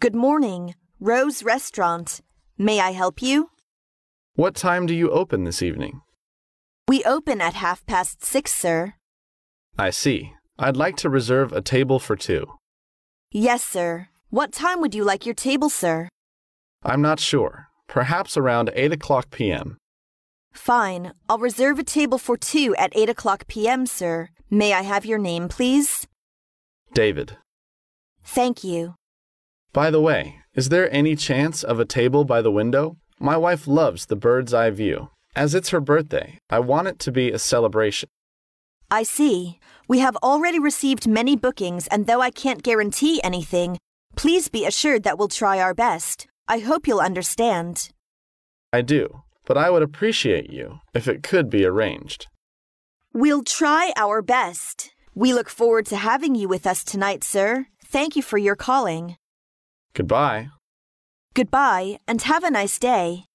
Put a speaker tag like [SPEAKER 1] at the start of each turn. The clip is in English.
[SPEAKER 1] Good morning, Rose Restaurant. May I help you?
[SPEAKER 2] What time do you open this evening?
[SPEAKER 1] We open at half past six, sir.
[SPEAKER 2] I see. I'd like to reserve a table for two.
[SPEAKER 1] Yes, sir. What time would you like your table, sir?
[SPEAKER 2] I'm not sure. Perhaps around 8 o'clock p.m.
[SPEAKER 1] Fine. I'll reserve a table for two at eight o'clock p.m., sir. May I have your name, please?
[SPEAKER 2] David.
[SPEAKER 1] Thank you.
[SPEAKER 2] By the way, is there any chance of a table by the window? My wife loves the bird's eye view. As it's her birthday, I want it to be a celebration.
[SPEAKER 1] I see. We have already received many bookings, and though I can't guarantee anything, please be assured that we'll try our best. I hope you'll understand.
[SPEAKER 2] I do, but I would appreciate you if it could be arranged.
[SPEAKER 1] We'll try our best. We look forward to having you with us tonight, sir. Thank you for your calling.
[SPEAKER 2] Goodbye.
[SPEAKER 1] Goodbye, and have a nice day.